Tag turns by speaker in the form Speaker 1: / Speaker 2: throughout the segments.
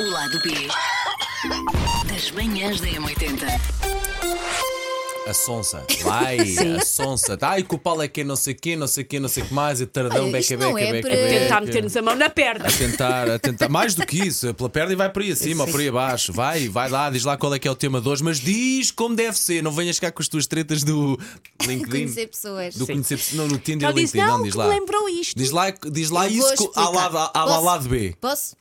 Speaker 1: O lado B das manhãs da M80.
Speaker 2: A sonsa, vai, a sonsa. Ai, que o pau é que é não sei o quê, não sei o quê, não sei o que mais. E tardão,
Speaker 3: Olha,
Speaker 2: beca,
Speaker 3: isto
Speaker 2: beca,
Speaker 3: não é
Speaker 2: beca,
Speaker 3: para-
Speaker 2: beca.
Speaker 4: Tentar meter-nos tá a mão na perna.
Speaker 2: A tentar, a tentar. Mais do que isso, pela perna e vai por aí acima, por aí abaixo. Vai, vai lá, diz lá qual é que é o tema de hoje, mas diz como deve ser. Não venhas cá com as tuas tretas do LinkedIn.
Speaker 3: Conhecer pessoas.
Speaker 2: Do conhecer pessoas. Não, no Tinder
Speaker 4: Ela
Speaker 2: e
Speaker 4: diz,
Speaker 2: LinkedIn,
Speaker 4: não,
Speaker 2: não, diz
Speaker 4: que
Speaker 2: lá.
Speaker 4: me lembrou isto.
Speaker 2: Diz lá, diz lá
Speaker 3: Eu vou
Speaker 2: isso ao
Speaker 3: explicar.
Speaker 2: lado, ao
Speaker 3: Posso?
Speaker 2: lado B.
Speaker 3: Posso?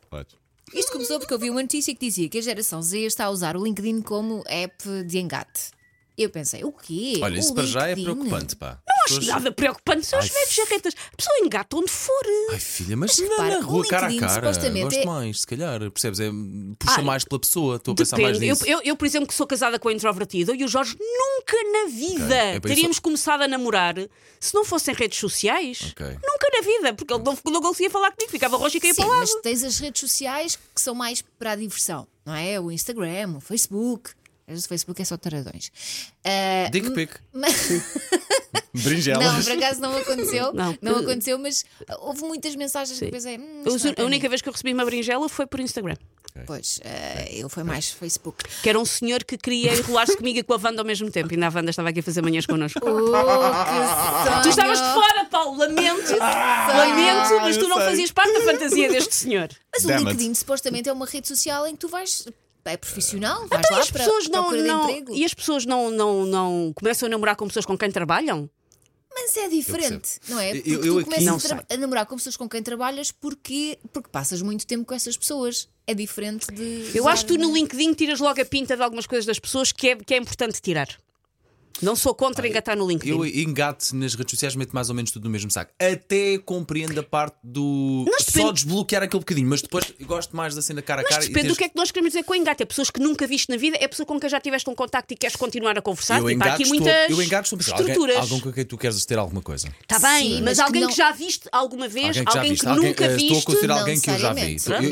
Speaker 3: Isto começou porque eu vi uma notícia que dizia que a geração Z está a usar o LinkedIn como app de engate. Eu pensei, o quê?
Speaker 2: Olha,
Speaker 3: O
Speaker 2: isso para já é
Speaker 3: LinkedIn?
Speaker 2: preocupante, pá.
Speaker 4: Não acho nada preocupante, são os
Speaker 2: Ai,
Speaker 4: velhos
Speaker 2: f-
Speaker 4: jaquetas. A pessoa engata onde for.
Speaker 2: Ai filha, mas na,
Speaker 3: repara,
Speaker 2: na
Speaker 3: o
Speaker 4: um
Speaker 2: rua, cara a
Speaker 3: LinkedIn,
Speaker 2: cara,
Speaker 3: supostamente,
Speaker 2: gosto
Speaker 3: é-
Speaker 2: mais, se calhar, percebes? É, puxa
Speaker 4: Ai,
Speaker 2: mais pela pessoa, estou a pensar mais
Speaker 4: Depende. Eu,
Speaker 2: nisso.
Speaker 4: eu- eu, por exemplo, que sou casada com um introvertido e o Jorge nunca na vida
Speaker 2: Ok. É para
Speaker 4: teríamos
Speaker 2: isso-
Speaker 4: começado a namorar se não fossem redes sociais.
Speaker 2: Ok.
Speaker 4: Nunca na vida, porque ele não, não conseguia falar comigo, ficava roxo e caía
Speaker 3: Sim,
Speaker 4: para lá.
Speaker 3: mas tens as redes sociais que são mais para a diversão, não é? O Instagram, o Facebook. Às vezes o Facebook é só taradões. Ah,
Speaker 2: Dick pic.
Speaker 3: mas- Não,
Speaker 2: Brinjelas.
Speaker 3: por acaso não aconteceu.
Speaker 4: Não,
Speaker 3: Não,
Speaker 4: eh,
Speaker 3: aconteceu, mas houve muitas mensagens que pensei. Hum, isto não
Speaker 4: Eu-
Speaker 3: é
Speaker 4: a
Speaker 3: para
Speaker 4: única
Speaker 3: mim.
Speaker 4: vez que eu recebi uma berinjela foi por Instagram.
Speaker 3: Pois, eh, eu fui mais Facebook.
Speaker 4: Que era um senhor que queria enrolar-se comigo e com a Wanda ao mesmo tempo. Ainda a Wanda estava aqui a fazer manhãs connosco.
Speaker 3: Oh, tu
Speaker 4: Tu estavas de fora, Paulo, lamento. Lamento, mas
Speaker 2: Ah,
Speaker 4: tu
Speaker 2: eu
Speaker 4: não
Speaker 2: sei.
Speaker 4: fazias parte da fantasia deste senhor.
Speaker 3: Mas o
Speaker 2: Damn it.
Speaker 3: LinkedIn supostamente é uma rede social em que tu vais. É profissional, vais
Speaker 4: Então, e
Speaker 3: lá
Speaker 4: as
Speaker 3: para
Speaker 4: pessoas não,
Speaker 3: procura
Speaker 4: não-
Speaker 3: de emprego.
Speaker 4: e as pessoas não, não, não começam a namorar com pessoas com quem trabalham?
Speaker 3: Mas é diferente, não é?
Speaker 2: Eu-
Speaker 3: Porque
Speaker 2: eu
Speaker 3: tu
Speaker 2: aqui-
Speaker 3: começas
Speaker 4: Não
Speaker 3: a, tra- a namorar com pessoas com quem trabalhas porque, porque passas muito tempo com essas pessoas. É diferente de.
Speaker 4: Eu
Speaker 3: usar
Speaker 4: acho que tu no LinkedIn tiras logo a pinta de algumas coisas das pessoas que é, que é importante tirar. Não sou contra engatar no LinkedIn.
Speaker 2: Eu engato nas redes sociais, meto mais ou menos tudo no mesmo saco. Até compreendo a parte do. Só
Speaker 4: depende-
Speaker 2: desbloquear aquele bocadinho, mas depois gosto mais da cena cara a cara.
Speaker 4: Mas
Speaker 2: e
Speaker 4: depende
Speaker 2: tens-
Speaker 4: do que é que nós queremos dizer com engate. É pessoas que nunca viste na vida, é pessoa com quem já tiveste um contacto e queres continuar a conversar.
Speaker 2: eu
Speaker 4: tipo, há
Speaker 2: engato,
Speaker 4: aqui
Speaker 2: estou,
Speaker 4: muitas
Speaker 2: eu engato, estou a pensar, alguém-
Speaker 4: estruturas.
Speaker 2: Alguém, com quem tu queres ter alguma coisa.
Speaker 4: Está bem,
Speaker 3: Sim,
Speaker 4: mas,
Speaker 3: mas que
Speaker 4: alguém que,
Speaker 3: não-
Speaker 4: já viste alguma vez,
Speaker 2: Alguém
Speaker 4: alguém
Speaker 2: que
Speaker 4: que,
Speaker 2: já viste. Alguém-
Speaker 4: nunca
Speaker 2: eh, estou a
Speaker 4: viste.
Speaker 2: considerar
Speaker 3: Não
Speaker 2: alguém que eu já vi.
Speaker 3: necessariamente.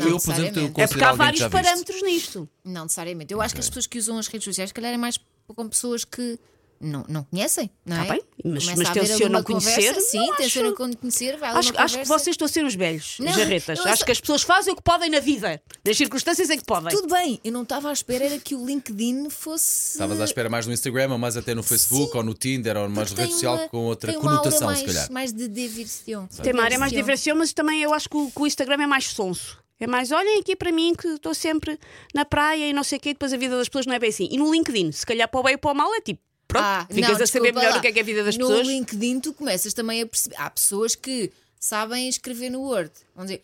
Speaker 2: Eu, eu,
Speaker 3: Não
Speaker 2: eu, por exemplo, eu
Speaker 3: necessariamente.
Speaker 4: É porque
Speaker 2: considero
Speaker 4: há
Speaker 2: alguém que
Speaker 4: vários
Speaker 2: já viste.
Speaker 4: parâmetros nisto.
Speaker 3: Não necessariamente. Eu acho que as pessoas que usam as redes sociais, se calhar, é mais com pessoas que não, não conhecem, não é?
Speaker 4: Tá bem, mas-
Speaker 3: Começa
Speaker 4: mas
Speaker 3: a
Speaker 4: tencionam
Speaker 3: haver alguma
Speaker 4: conhecer?
Speaker 3: Conversa, sim,
Speaker 4: Não
Speaker 3: tencionam
Speaker 4: acho.
Speaker 3: conhecer, vai
Speaker 4: Acho,
Speaker 3: alguma
Speaker 4: acho que
Speaker 3: conversa.
Speaker 4: vocês estão a ser uns velhos,
Speaker 3: Não,
Speaker 4: jarretas.
Speaker 3: eu
Speaker 4: Acho
Speaker 3: só-
Speaker 4: que as pessoas fazem o que podem na vida, nas circunstâncias em que podem.
Speaker 3: Tudo bem, eu não estava à espera era que o LinkedIn fosse.
Speaker 4: Eh,
Speaker 2: Estavas à espera mais no Instagram, ou mais até no Facebook, ou no Tinder, ou numa
Speaker 3: porque tem
Speaker 2: rede social
Speaker 3: uma-
Speaker 2: com outra
Speaker 3: tem uma aura
Speaker 2: conotação,
Speaker 3: mais,
Speaker 2: se calhar.
Speaker 3: mais de diversão.
Speaker 4: Tem uma área mais
Speaker 3: Diversão.
Speaker 4: diversão, mas também eu acho que o, que o Instagram é mais sonso. É mais, olhem aqui para mim que estou sempre na praia e não sei o quê, depois a vida das pessoas não é bem assim. E no LinkedIn, se calhar para o bem ou para o mal, é tipo, pronto,
Speaker 3: Ah,
Speaker 4: ficas
Speaker 3: não,
Speaker 4: a saber
Speaker 3: desculpa
Speaker 4: melhor
Speaker 3: lá.
Speaker 4: o que é que é a vida das
Speaker 3: no
Speaker 4: pessoas.
Speaker 3: No LinkedIn tu começas também a perceber. Há pessoas que sabem escrever no Word. Vamos dizer,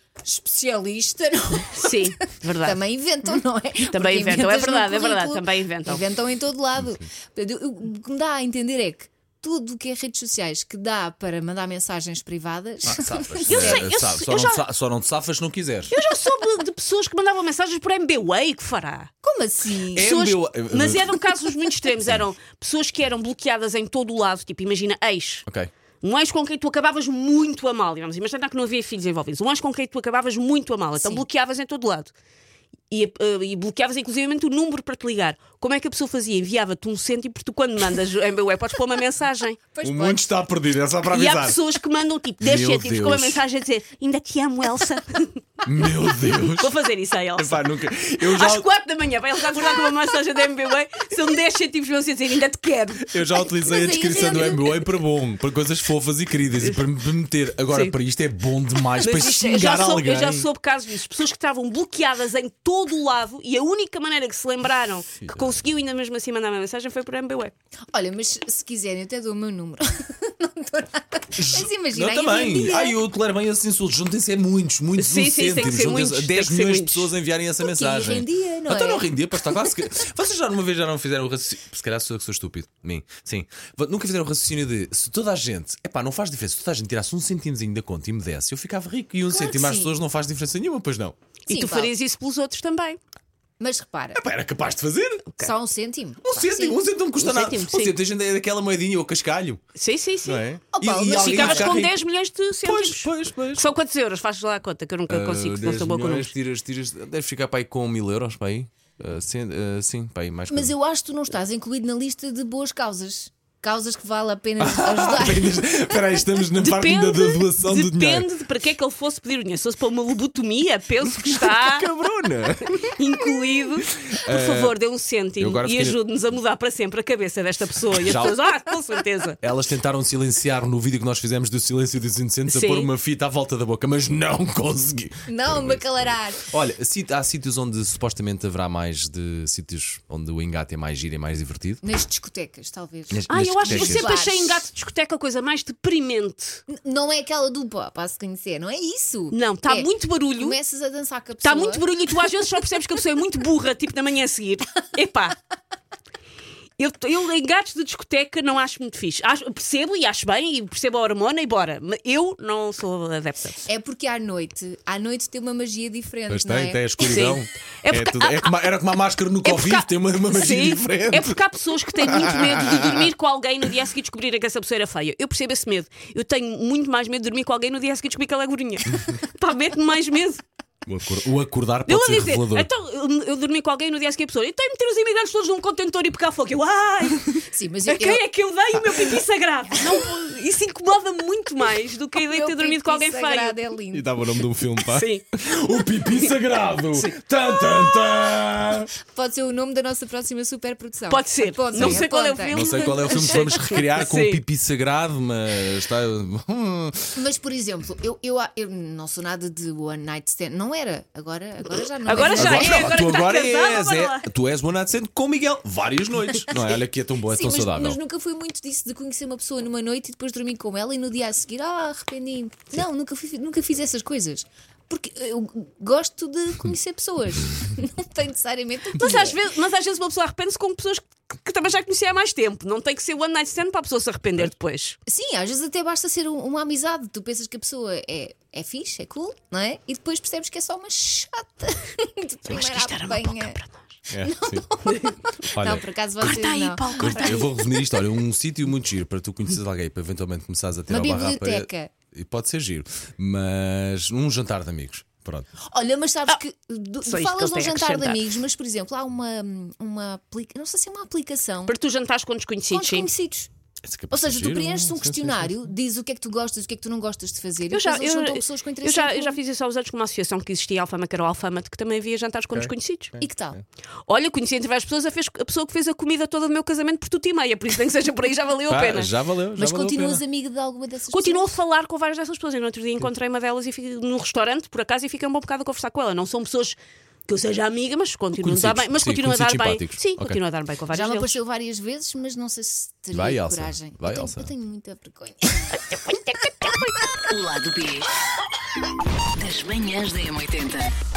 Speaker 3: especialista, não é?
Speaker 4: Sim, verdade.
Speaker 3: Também inventam, não é? Também
Speaker 4: inventam, é verdade, é verdade, também inventam.
Speaker 3: Inventam em todo lado. Portanto, eu- eu- O que me dá a entender é que tudo o que é redes sociais que dá para mandar mensagens privadas.
Speaker 2: Safas,
Speaker 4: Eu
Speaker 2: é,
Speaker 4: sei, eu
Speaker 2: sabe,
Speaker 4: sei,
Speaker 2: só,
Speaker 4: eu
Speaker 2: não
Speaker 4: já-
Speaker 2: te sa- só não te safas se não quiseres.
Speaker 4: Eu já soube de pessoas que mandavam mensagens por MBWay, que fará?
Speaker 3: Como assim?
Speaker 2: É
Speaker 4: Pessoas-
Speaker 2: meu-
Speaker 4: Mas eram casos muito extremos, eram pessoas que eram bloqueadas em todo o lado, tipo, imagina, ex.
Speaker 2: Ok.
Speaker 4: Um ex com quem tu acabavas muito a mal, digamos, assim, imaginar é que não havia filhos envolvidos. Um ex com quem tu acabavas muito a mal, então
Speaker 3: Sim.
Speaker 4: bloqueavas em todo lado. E, eh, e bloqueavas inclusivamente o número para te ligar. Como é que a pessoa fazia? Enviava-te um cêntimo, porque tu, quando mandas em BUE, podes pôr uma mensagem.
Speaker 3: Pois
Speaker 2: o
Speaker 3: pode.
Speaker 2: mundo está perdido, é só para
Speaker 4: E há
Speaker 2: avisar.
Speaker 4: pessoas que mandam tipo 10
Speaker 2: Meu
Speaker 4: cêntimos com uma
Speaker 2: Deus.
Speaker 4: mensagem a dizer ainda te amo, Elsa.
Speaker 2: Meu Deus.
Speaker 4: Vou fazer isso a Elsa.
Speaker 2: Epá, nunca. Eu já,
Speaker 4: Às 4 da manhã, vai ele acordar com uma mensagem da MBWay, são 10 cêntimos meus a dizer ainda te quero.
Speaker 2: eu já utilizei a
Speaker 3: Mas aí
Speaker 2: descrição do
Speaker 3: realmente-
Speaker 2: MBA para bom, para coisas fofas e queridas e para me meter. Agora,
Speaker 4: Sim.
Speaker 2: para isto é bom demais para
Speaker 4: isto- eu, já
Speaker 2: xingar
Speaker 4: soube,
Speaker 2: alguém.
Speaker 4: eu já soube casos disso. Pessoas que estavam bloqueadas em todo o lado e a única maneira que se lembraram que conseguiu ainda mesmo assim mandar uma mensagem foi por MBWay.
Speaker 3: Olha, mas se quiserem, eu até dou o meu número. não dou nada. Mas imagina.
Speaker 2: eu
Speaker 3: aí um
Speaker 2: também.
Speaker 3: dia-
Speaker 2: Ai, eu tolero bem esses insultos. Juntem-se é muitos, muitos
Speaker 4: Sim, sim, tem que
Speaker 2: incêntimos.
Speaker 4: ser muitos, tem que
Speaker 2: 10
Speaker 4: ser
Speaker 2: milhões de
Speaker 4: muitos.
Speaker 2: pessoas a enviarem essa mensagem.
Speaker 3: rendia, não
Speaker 2: Então
Speaker 3: é?
Speaker 2: não rendia, para estar claro. se- Vocês já uma vez já não fizeram o raciocínio. Se calhar sou eu que sou estúpido. Mim, sim. V- Nunca fizeram o raciocínio de se toda a gente. Epá, não faz diferença. Se toda a gente tirasse um centimozinho da conta e me desse, eu ficava rico. E um
Speaker 3: Claro que
Speaker 2: cêntimo às
Speaker 3: sim.
Speaker 2: pessoas não faz diferença nenhuma, pois não.
Speaker 4: e
Speaker 3: Sim,
Speaker 4: tu
Speaker 3: Paulo.
Speaker 4: farias isso pelos outros também.
Speaker 3: Mas repara,
Speaker 2: Epá, era capaz de fazer.
Speaker 3: só um cêntimo.
Speaker 2: Um cêntimo, um cêntimo não custa
Speaker 4: Um
Speaker 2: nada. um
Speaker 4: cêntimo, sim.
Speaker 2: cêntimo a gente é daquela moedinha ou cascalho.
Speaker 4: Sim, sim, sim.
Speaker 2: Não é?
Speaker 3: Oh, Paulo, mas
Speaker 2: alguém
Speaker 4: Ficavas
Speaker 2: fica
Speaker 4: com
Speaker 2: rico.
Speaker 4: 10 milhões de
Speaker 2: Pois,
Speaker 4: cêntimos.
Speaker 2: pois, pois.
Speaker 4: São quantos euros? Fazes lá a conta que eu nunca consigo, não
Speaker 2: 10
Speaker 4: sou boa com
Speaker 2: Ah, milhões,
Speaker 4: números.
Speaker 2: tiras, tiras, deves ficar para aí com mil euros para aí. Ah, cem- ah, sim, para aí mais
Speaker 3: Mas
Speaker 2: coisa.
Speaker 3: eu acho que tu não estás incluído na lista de boas causas. Causas que vale a pena
Speaker 2: Ah,
Speaker 3: ajudar.
Speaker 2: Espera aí, estamos na parte ainda da doação do dinheiro.
Speaker 4: depende de para que é que ele fosse pedir o dinheiro. Se fosse para uma lobotomia, penso que está
Speaker 2: Cabrona!
Speaker 4: incluído. Por favor, dê um
Speaker 2: Eh,
Speaker 4: cêntimo
Speaker 2: eu agora
Speaker 4: e
Speaker 2: fiquei-
Speaker 4: ajude-nos a mudar para sempre a cabeça desta pessoa. E as
Speaker 2: Já-
Speaker 4: pessoas, ah, com certeza.
Speaker 2: Elas tentaram silenciar no vídeo que nós fizemos do Silêncio dos Inocentes
Speaker 4: Sim.
Speaker 2: a pôr uma fita à volta da boca, mas não consegui.
Speaker 3: Não me acalarás.
Speaker 2: Olha, si- há sítios onde supostamente haverá mais de sítios onde o engate é mais giro e mais divertido.
Speaker 3: Nas discotecas, talvez.
Speaker 2: Nas-
Speaker 4: Ah,
Speaker 2: nas
Speaker 4: eu acho que eu
Speaker 2: discotecas.
Speaker 4: sempre achei em gato de discoteca a coisa mais deprimente.
Speaker 3: N- Não é aquela do pá, para se conhecer, não é isso?
Speaker 4: Não, está
Speaker 3: É,
Speaker 4: muito barulho.
Speaker 3: Começas a dançar com a pessoa.
Speaker 4: Está muito barulho e tu às vezes só percebes que a pessoa é muito burra, tipo na manhã a seguir. Epá. Eu, eu em gatos de discoteca não acho muito fixe. Acho- percebo e acho bem, e percebo a hormona e bora. Mas Eu não sou adepta.
Speaker 3: É porque à noite, à noite tem uma magia diferente.
Speaker 2: Pois
Speaker 3: não
Speaker 2: tem,
Speaker 3: é?
Speaker 2: tem a escuridão.
Speaker 4: Sim. É porque-
Speaker 2: tudo- é como a- era como a máscara no
Speaker 4: porque
Speaker 2: Covid,
Speaker 4: há-
Speaker 2: tem uma, uma magia
Speaker 4: Sim,
Speaker 2: diferente.
Speaker 4: É porque há pessoas que têm muito medo de dormir com alguém no dia a seguir descobrirem que essa pessoa era feia. Eu percebo esse medo. Eu tenho muito mais medo de dormir com alguém no dia a seguir descobrir que ela é gorrinha. Pá, mete-me mais medo.
Speaker 2: O, acor- o acordar
Speaker 4: Eu
Speaker 2: pode
Speaker 4: a
Speaker 2: ser
Speaker 4: dizer,
Speaker 2: revelador.
Speaker 4: então eu, eu dormi com alguém no dia a seguir a pessoa. Então meter os imigrantes todos num contentor e pegar fogo. Eu, ai,
Speaker 3: Sim, mas
Speaker 4: a
Speaker 3: eu,
Speaker 4: quem é que eu dei o meu pipi sagrado? Não, isso incomoda muito mais do que a ideia de ter dormido com alguém feio.
Speaker 3: É lindo.
Speaker 2: E dava o nome de um filme, pá.
Speaker 4: Sim.
Speaker 2: O pipi sagrado! Tan, tan, tan.
Speaker 3: Pode ser o nome da nossa próxima superprodução.
Speaker 4: Pode ser. Não sei qual é o
Speaker 3: apontem.
Speaker 4: filme.
Speaker 2: Não sei qual é o filme que vamos recriar com
Speaker 4: Sim.
Speaker 2: o pipi sagrado, mas está. Hum.
Speaker 3: Mas, por exemplo, eu, eu, eu não sou nada de One Night Stand. Não era. Agora, agora já não.
Speaker 4: Agora
Speaker 3: é.
Speaker 4: já é. agora
Speaker 2: tu
Speaker 4: que tá
Speaker 2: agora
Speaker 4: casada,
Speaker 2: és,
Speaker 4: bora lá.
Speaker 2: é, tu és boa adolescente com o Miguel várias noites. Não é? Olha que é tão boa, é
Speaker 3: Sim,
Speaker 2: tão
Speaker 3: mas,
Speaker 2: saudável.
Speaker 3: mas nunca fui muito disso de conhecer uma pessoa numa noite e depois dormir com ela e no dia a seguir, ah, arrependi-me. Não, nunca, fui, nunca fiz essas coisas. Porque eu gosto de conhecer pessoas. não tem necessariamente. o
Speaker 4: Mas
Speaker 3: quê.
Speaker 4: às, vezes, mas às vezes uma pessoa arrepende-se com pessoas que, que também já conhecia há mais tempo. Não tem que ser one night stand para a pessoa se
Speaker 2: É.
Speaker 4: arrepender depois.
Speaker 3: Sim, às vezes até basta ser um- uma amizade. Tu pensas que a pessoa é, é fixe, é cool, não é? E depois percebes que é só uma chata. De
Speaker 4: Mas que
Speaker 3: primeira
Speaker 4: isto era uma boca
Speaker 3: apanha.
Speaker 4: para nós.
Speaker 2: É, sim. Olha,
Speaker 3: Não, por acaso vocês
Speaker 4: Corta aí,
Speaker 3: não.
Speaker 4: Paulo,
Speaker 2: eu-
Speaker 4: corta aí.
Speaker 2: eu vou resumir isto. Olha, um sítio muito giro para tu conheceres alguém para eventualmente começares a ter
Speaker 3: Uma
Speaker 2: a barra à parede.
Speaker 3: biblioteca.
Speaker 2: E pode ser giro. Mas um jantar de amigos. Pronto.
Speaker 3: Olha, mas sabes que do-
Speaker 4: Ah, só isto
Speaker 3: falas
Speaker 4: que
Speaker 3: num
Speaker 4: eu tenho a
Speaker 3: jantar de
Speaker 4: acrescentar.
Speaker 3: amigos, mas por exemplo, há uma, uma aplicação, não sei se é uma aplicação
Speaker 4: Para tu jantares com
Speaker 3: com
Speaker 4: desconhecidos,
Speaker 3: os
Speaker 4: sim.
Speaker 3: conhecidos.
Speaker 2: Esse que é
Speaker 3: Ou
Speaker 2: para ser
Speaker 3: seja, tu
Speaker 2: giro.
Speaker 3: preenches um
Speaker 2: Sim, sim, sim.
Speaker 3: questionário, diz o que é que tu gostas, o que é que tu não gostas de fazer,
Speaker 4: Eu já,
Speaker 3: e depois eles
Speaker 4: eu,
Speaker 3: juntam pessoas com
Speaker 4: eu
Speaker 3: interesse.
Speaker 4: já,
Speaker 3: em
Speaker 4: eu já
Speaker 3: comum.
Speaker 4: fiz isso há uns anos com uma associação que existia, Alfama Carol Alfama, que também havia jantares com desconhecidos.
Speaker 3: E que
Speaker 2: É.
Speaker 3: tal?
Speaker 4: Olha, conheci entre várias pessoas a, fez- a pessoa que fez a comida toda do meu casamento por tudo e meia, por isso nem que seja por aí, já valeu a
Speaker 2: Pá,
Speaker 4: pena.
Speaker 2: já valeu. Já
Speaker 3: Mas
Speaker 2: valeu a
Speaker 3: continuas
Speaker 2: pena.
Speaker 3: amigo de alguma dessas
Speaker 4: Continuo a
Speaker 3: pessoas?
Speaker 4: falar com várias dessas pessoas. E no outro dia encontrei uma delas e fiquei num restaurante, por acaso, e fiquei um bom bocado a conversar com ela. Não são pessoas que eu seja amiga, mas continuo a dar
Speaker 2: Conhecidos.
Speaker 4: bem. Mas
Speaker 2: Sim,
Speaker 4: continuo a dar
Speaker 2: conhecidos
Speaker 4: bem.
Speaker 2: simpáticos.
Speaker 4: Sim,
Speaker 2: Ok.
Speaker 4: continuo a dar bem com
Speaker 3: Já
Speaker 4: várias
Speaker 3: me
Speaker 4: delas.
Speaker 3: apareceu várias vezes, mas não sei se teria
Speaker 2: Vai, Elsa.
Speaker 3: coragem.
Speaker 2: Vai,
Speaker 3: eu, tenho,
Speaker 2: Elsa.
Speaker 3: eu tenho muita vergonha.
Speaker 1: O lado B das manhãs da M80.